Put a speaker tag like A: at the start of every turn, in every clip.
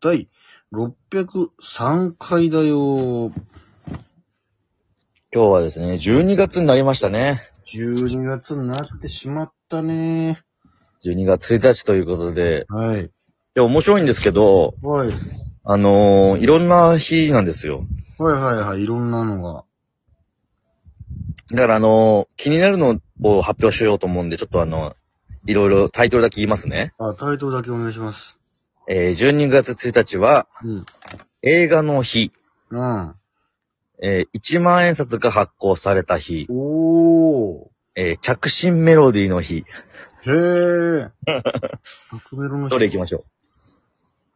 A: 第603回だよ。
B: 今日はですね、12月になりましたね。
A: 12月になってしまったね。
B: 12月1日ということで。
A: はい。
B: いや、面白いんですけど、
A: はい。
B: あのーいろんな日なんですよ。
A: はいはいはい、いろんなのが。
B: だからあのー気になるのを発表しようと思うんで、ちょっとあの、いろいろタイトルだけ言いますね。
A: あ、タイトルだけお願いします。
B: えー12月1日は
A: うん。
B: 映画の日。
A: うん。
B: えー1万円札が発行された日。
A: おー。
B: えー着信メロディーの日。
A: へ ー。100メロの
B: どれ行きまし
A: ょ
B: ょ
A: う。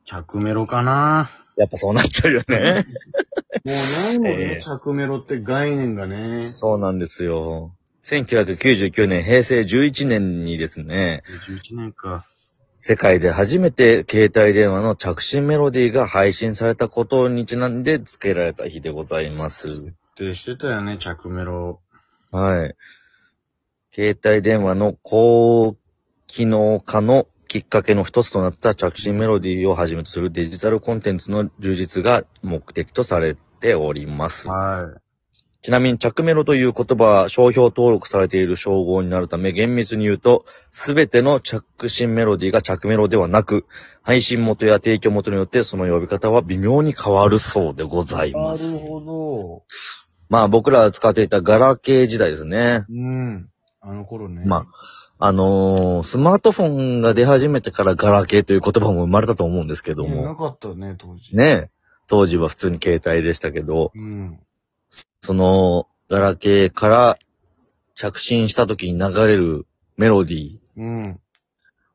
A: 100メロかな。
B: う。やっぱそうなっちゃうよね。
A: もうないもん
B: え
A: ね、
B: ー
A: 着メロって概念がね。
B: そうなんですよ。1999年、平成11年にですね、
A: 11年か。
B: 世界で初めて携帯電話の着信メロディーが配信されたことにちなんで付けられた日でございます。
A: ってしてたよね、着メロ。
B: はい。携帯電話の高機能化のきっかけの一つとなった着信メロディーをはじめとするデジタルコンテンツの充実が目的とされております。
A: はい。
B: ちなみに着メロという言葉は商標登録されている称号になるため厳密に言うと、すべての着信メロディーが着メロではなく、配信元や提供元によってその呼び方は微妙に変わるそうでござい
A: な
B: ま
A: る
B: す。
A: ほど。
B: まあ僕らが使っていたガラケー時代ですね。
A: うん。あの頃ね。
B: まあ、あのースマートフォンが出始めてからガラケーという言葉も生まれたと思うんですけど
A: いやな
B: も、
A: かったね、当時。。
B: ね、当時は普通に携帯でしたけど、
A: うん。
B: その、ガラケーから着信した時に流れるメロディー。
A: うん。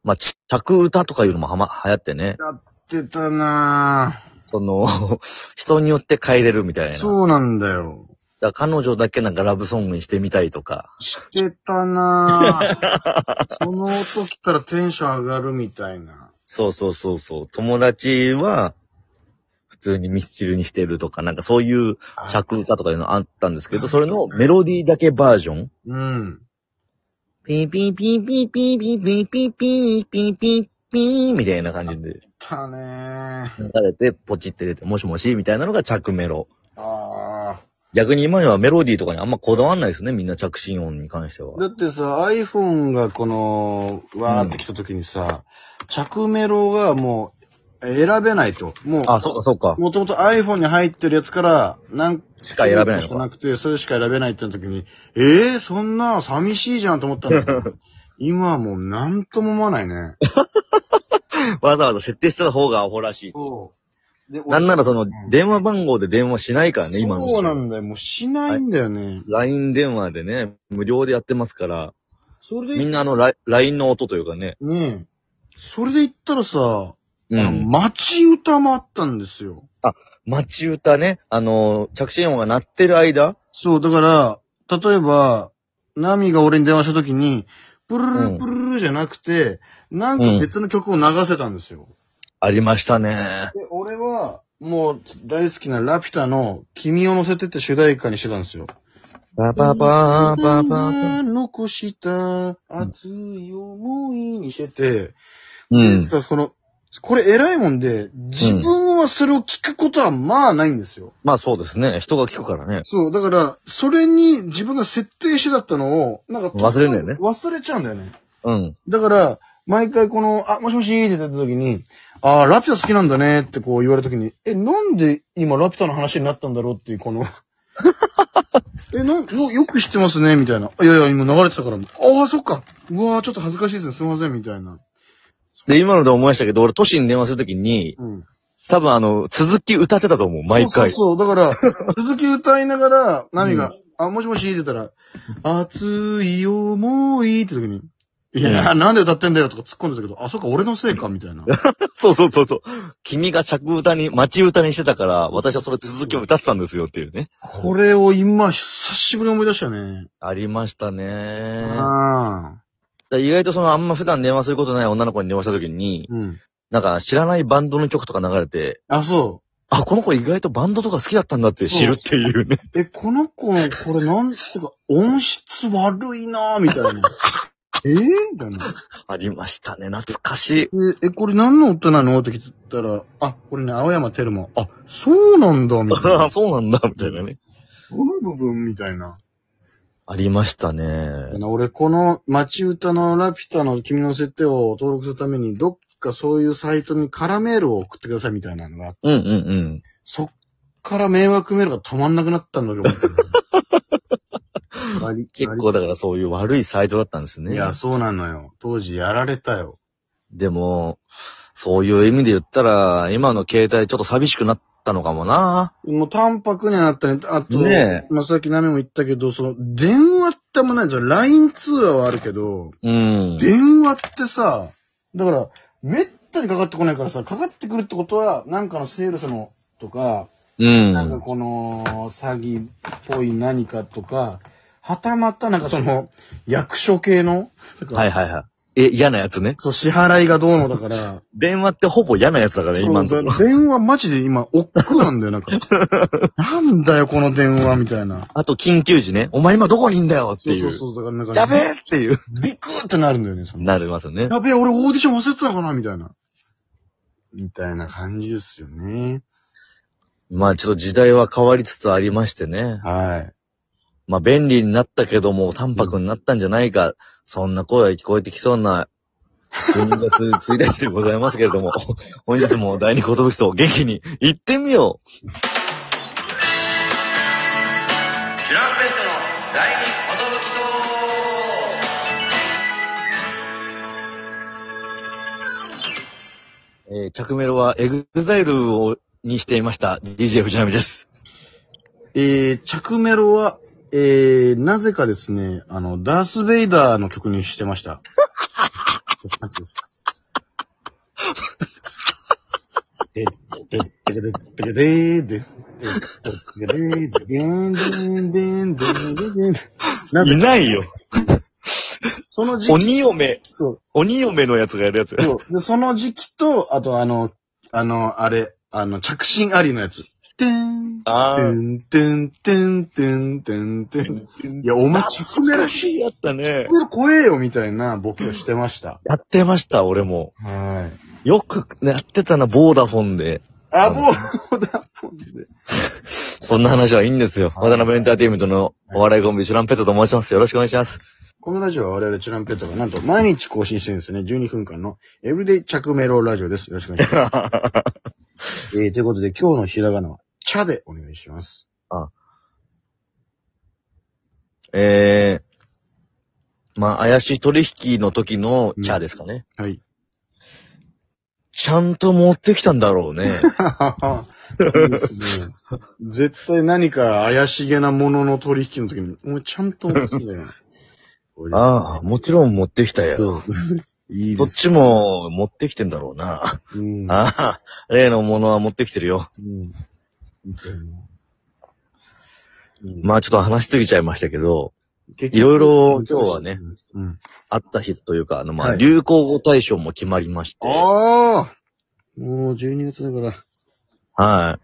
B: まあ、ち着歌とかいうのもはま、流行ってね。
A: やってたな
B: その、 人によって変えれるみたい
A: ぁ。
B: な。
A: そうなんだよ。
B: だから彼女だけなんかラブソングにしてみたりとか。
A: してたな ぁ。その時からテンション上がるみたいな。
B: そうそうそうそう。友達は、普通にミスチルにしてるとか、なんかそういう着歌とかいうのあったんですけど、それのメロディーだけバージョン。
A: うん。
B: ピーピーピーピーピーピーピーピーピーピーピーピーみたいな感じで。
A: たねー
B: 流れて、ポチって出て、もしもし、みたいなのが着メロ。
A: あ
B: 逆に今はメロディーとかにあんまこだわんないですね、みんな着信音に関して
A: ー。
B: は。
A: だってさ、iPhone がこの、わーってきた時にさ、着メロがもう選べないと。もう、
B: あ、そうか、そうか。
A: もともと iPhone に入ってるやつから、なん
B: しか選べない
A: し
B: の
A: か
B: か。
A: なくて、それしか選べないって時に、ええそんな寂しいじゃんと思 ったんだけど、今はもうなんとも思わないね。
B: わざわざ設定してた方がアホらしい。
A: そう。で
B: なんならその
A: ん、
B: 電話番号で電話しないからね、今の。
A: そうなんだよ。もうしないんだよね。
B: LINE 電話でね、無料でやってますから、
A: それ
B: み
A: で、
B: んなあの、ラ LINE の音というかね。
A: ねえそれで言ったらさ、
B: う
A: あの
B: ん。
A: 街歌もあったんですよ。
B: 街歌ね、あの、着信音が鳴ってる間、
A: そう、だから、例えば、ナミが俺に電話した時に、プルルルプルルルじゃなくて、なんか別の曲を流せたんですよ。
B: ありましたね。
A: で、俺は、もう、大好きなラピュタの、君を乗せてって主題歌にしてたんですよ。
B: パパパーパーパー。
A: が残した熱い思いにしてて、
B: うん
A: で。さ、この、これ偉いもんで、自分はそれを聞くことはまあないんですよ。
B: まあそうですね。人が聞くからね。
A: そう、だから、それに自分が設定してだったのを、なんか、
B: 忘れんだよね
A: 忘れちゃうんだよね。
B: うん。
A: だから、毎回この、あ、もしもしーって出た時に、あーラピュタ好きなんだねってこう言われた時に、え、なんで今ラピュタの話になったんだろうっていうこ の、え、なん、よ、よく知ってますねみたいな。いやいや、今流れてたから、ああ、そっか。うわーちょっと恥ずかしいですね。すいません、みたいな。
B: で、今ので思いましたけど、俺、都市に電話するときに、
A: うん。
B: 多分あの、続き歌ってたと思う、毎回。
A: そうそうそう。だから、続き歌いながら、何が、あ、もしもしーって言ったら、熱い思いって時に、いやー、なんで歌ってんだよとか突っ込んでたけど、あ、そっか、俺のせいか、みたいな。
B: そうそうそうそう。君が着歌に、待ち歌にしてたから、私はそれ続きを歌ってたんですよっていうね。
A: これを今、久しぶりに思い出したね。
B: ありましたね。
A: ああ。
B: だ意外とその、あんま普段電話することない女の子に電話したときに、
A: うん。
B: なんか知らないバンドの曲とか流れて、
A: あ、そ
B: あ、この子意外とバンドとか好きだったんだって知るっていうね。
A: う。え、この子の、これなんていうか、音質悪いなぁ、みたいな。えーみたいな。
B: ありましたね。懐かしい。
A: え、えこれ何の音なのって聞いてったら、あ、これね、青山テルマ。あ、そうなんだ、みたい
B: あ
A: な
B: あ、。そうなんだ、みたいなね。
A: その部分みたいな。
B: ありましたね。
A: 俺、この街歌のラピュタの君の設定を登録するために、どっかそういうサイトに空メールを送ってくださいみたいなのがあって、
B: うんうんうん。
A: そっから迷惑メールが止まんなくなったんだけ ど。あり
B: 結構だからそういう悪いサイトだったんですね。
A: いや、そうなのよ。当時やられたよ。
B: でも、そういう意味で言ったら、今の携帯ちょっと寂しくなったのかもな。
A: もう淡白にはなったね。あと、
B: ね
A: まあ、さっきナミも言ったけど、その、電話ってあんまないんですよ。LINE 通話はあるけど、
B: うん。
A: 電話ってさ、だから、めったにかかってこないからさ、かかってくるってことは、なんかのセールスのとか、
B: うん。
A: なんかこの、詐欺っぽい何かとか、はたまたなんかその、役所系の、
B: はいはいはい。え、嫌なやつね。
A: そう、支払いがどうのだから、
B: 電話ってほぼ嫌なやつだからね、今のと
A: そ
B: こ
A: う
B: ろ。
A: 電話マジで今、億劫なんだよ、なん か。なんだよ、この電話、みたいな。
B: あと緊急時ね。お前今どこにいんだよって
A: そう
B: いう。
A: そうそう、だからなんか、
B: やべえっていう。
A: ビクーってなるんだよね、その。
B: なりますね。
A: やべえ、俺オーディション忘れてたのかなみたいな。みたいな感じですよね。
B: まあちょっと時代は変わりつつありましてね。
A: はい。
B: まあ便利になったけども、淡白になったんじゃないか。そんな声が聞こえてきそうな、12月1日でございますけれども、 本日も第二言武器と元気に行ってみよう
C: シュランペストの第二寿
B: えー、着メロはエグザイルを、にしていました。DJ 藤波です。
A: えー、着メロは、えー、なぜかですね、あの、ダース・ベイダーの曲にしてました。感じです。で、で、で、で、で、で、で、で、で、で、で、で、で、で、なぜ
B: いないよ。
A: その時期、
B: 鬼嫁、
A: そう、
B: 鬼嫁のやつがやるやつ。
A: そう。で、その時期と、あとあの、あの、あれ、あの、着信ありのやつ。てん。
B: あ
A: て
B: ー
A: んてんてんてんてんてん。いや、お前着メロ
B: 懐かしいやったね。
A: これ怖えよみたいなボケをしてました。
B: やってました、俺も。
A: はい。
B: よくねやってたな、ボーダフォンで。
A: あ、もう、だもんで。
B: そんな話はいいんですよ。
A: はい
B: 渡辺エンターテインメントのお笑いコンビ、シュランペットと申します。よろしくお願い します。
A: このラジオは我々チュランペットがなんと毎日更新してるんですね。12分間のエブリデイ着メロラジオです。よろしくお願いし ます。えー、ということで今日のひらがなは、チャでお願いします。
B: えー、まあ、怪しい取引の時のチャーですかね。
A: はい。
B: ちゃんと持ってきたんだろう ね。
A: いいですね。絶対何か怪しげなものの取引の時に、もうちゃんと思ってんだよ。
B: ああ、もちろん持ってきたよ。
A: そういい
B: ど
A: で
B: っ
A: す。
B: ちも持ってきてんだろうな。
A: うん
B: ああ、 例のものは持ってきてるよ。
A: うんうん
B: まあちょっと話しすぎちゃいましたけど、
A: 結局
B: いろいろ今日はね。
A: うん。
B: あった日というか、あの、まあ、
A: はい
B: 流行語大賞も決まりまして、
A: ああもう12月だから。
B: は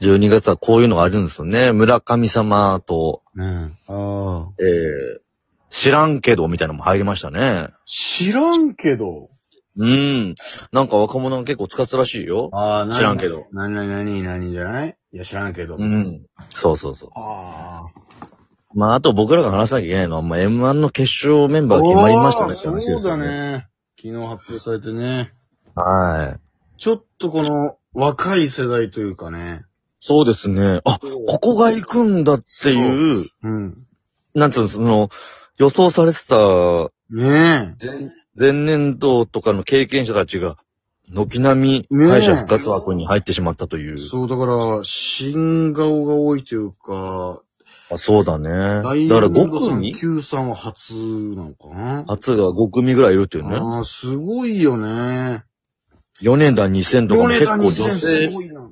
B: い。12月はこういうのがあるんですよね。村神様と、
A: ねえ。ああ。
B: えー、知らんけどみたいなのも入りましたね。
A: 知らんけど。
B: うん。なんか若者が結構使ってたらしいよ。
A: ああ
B: 知らんけど。
A: なになになになにじゃないいや、知らんけど。
B: うん。そうそうそ
A: ああ。
B: う。まあ、あと僕らが話さなきゃいけないのは、まあ、M1 の決勝メンバーが決まりましたねって
A: そう
B: 話です
A: だ
B: よね。
A: ね。昨日発表されてね。
B: はい。
A: ちょっとこの若い世代というかね。
B: そうですね。あ、ここが行くんだっていう、
A: うん。
B: なんつうの、その、予想されてた
A: ねえ。
B: 前前年度とかの経験者たちが、軒並み
A: ねえ
B: 敗者復活枠に入ってしまったという。
A: そう、だから、新顔が多いというか、
B: あそうだね。だから5組
A: ?Q さんは初なのかな
B: 初が5組ぐらいいるっていうね。
A: ああ、すごいよね。
B: 米田2000とかも
A: 米
B: 結
A: 田
B: 構
A: 二
B: 女
A: 千す
B: 性、
A: ごいな。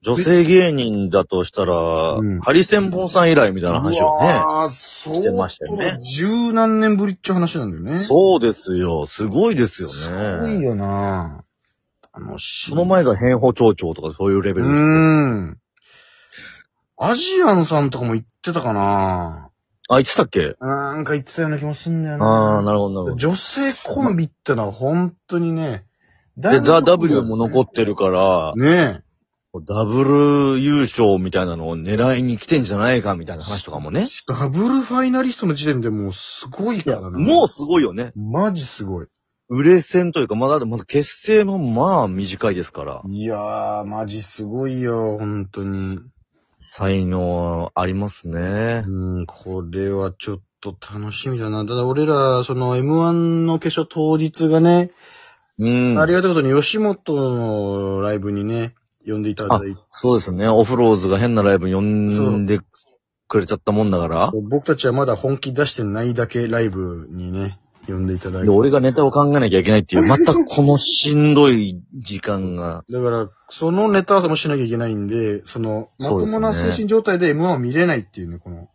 B: 女性芸人だとしたら、
A: うん
B: ハリセンボンさん以来みたいな話をね。
A: ああ、そう。
B: してましたよね
A: 十何年ぶりっちゅう話なんだよね。
B: そうですよ。すごいですよ
A: すごい
B: ね。
A: よな。楽しい。
B: その前が変法町長とかそういうレベ
A: う
B: ルですけど。
A: ん。アジアンさんとかも行ってたかな
B: あ、言ってたっけ
A: なんか行ってたような気もすんだよ
B: ああ、
A: な。
B: なるほど、なるほど。
A: 女性コンビってのは本当にね、だい
B: で、
A: ぶ
B: ザ・ W も残ってるから、
A: ね
B: ダブル優勝みたいなのを狙いに来てんじゃないかみたいな話とかもね
A: え。。ダブルファイナリストの時点でもうすごいからな。
B: もうすごいよね。
A: うマジすごい。
B: 売れ線というか、まだ、まだ結成もまあ短いですから、
A: いやー、マジすごいよ、本当に。
B: 才能ありますね。
A: うん、これはちょっと楽しみだな。ただ俺ら、その M1 の決勝当日がね、
B: うん。
A: ありがたいことに吉本のライブにね、呼んでいただいて、
B: そうですね。オフローズが変なライブ呼
A: そ
B: んでくれちゃったもんだから。
A: 僕たちはまだ本気出してないだけライブにね、呼んでいただい
B: で、
A: て。
B: 俺がネタを考えなきゃいけないっていう、またこのしんどい時間が。
A: だから、そのネタ合わせもしなきゃいけないんで、その、ま
B: そう
A: と
B: です
A: も
B: ね
A: な精神状態で M1 を見れないっていうね、この。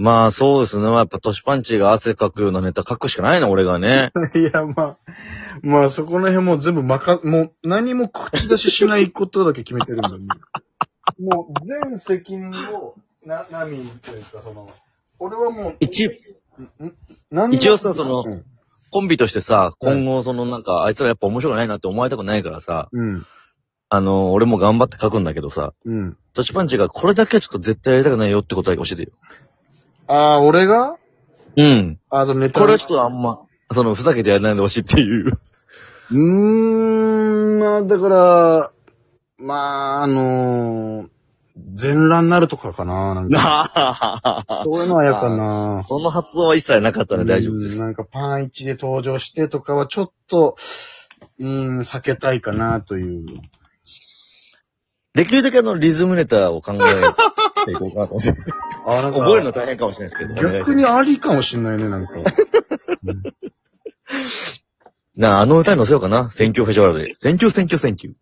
B: まあそうですね。まあやっぱトシパンチが汗かくようなネタ書くしかないな、俺がね。
A: いや、まあ、まあそこら辺も全部まか、もう何も口出ししないことだけ決めてるんだね。 もう全責任を、な、なみというか、その、俺はもう、
B: 一、
A: 何も
B: 一応さその
A: うん
B: コンビとしてさ、今後そのなんか、あいつらやっぱ面白くないなって思われたくないからさ、
A: うん、
B: あの、俺も頑張って書くんだけどさ、
A: うん。
B: トシパンチがこれだけはちょっと絶対やりたくないよってことだけ教えてよ。
A: ああ、俺が
B: うん。
A: あー、そのネタ。
B: これはちょっとあんま、その、ふざけてやらないでほしいって いう。
A: うーん、まあ、だから、まあ、あのー全裸になるとかかな、なんか。
B: なあ
A: そういうのは嫌かな。
B: その発想は一切なかったら大丈夫で
A: う
B: す
A: ん。なんかパン1で登場してとかはちょっと、うーん、避けたいかなという。
B: できるだけあの、リズムネタを考えていこうかなと思 って。
A: あ、なんか、
B: 覚えるの大変かもしれないですけど。
A: 逆にありかもしんないね、なんか。
B: なあ、あの歌に乗せようかな。選挙フェジョラルで。選挙、選挙、選挙。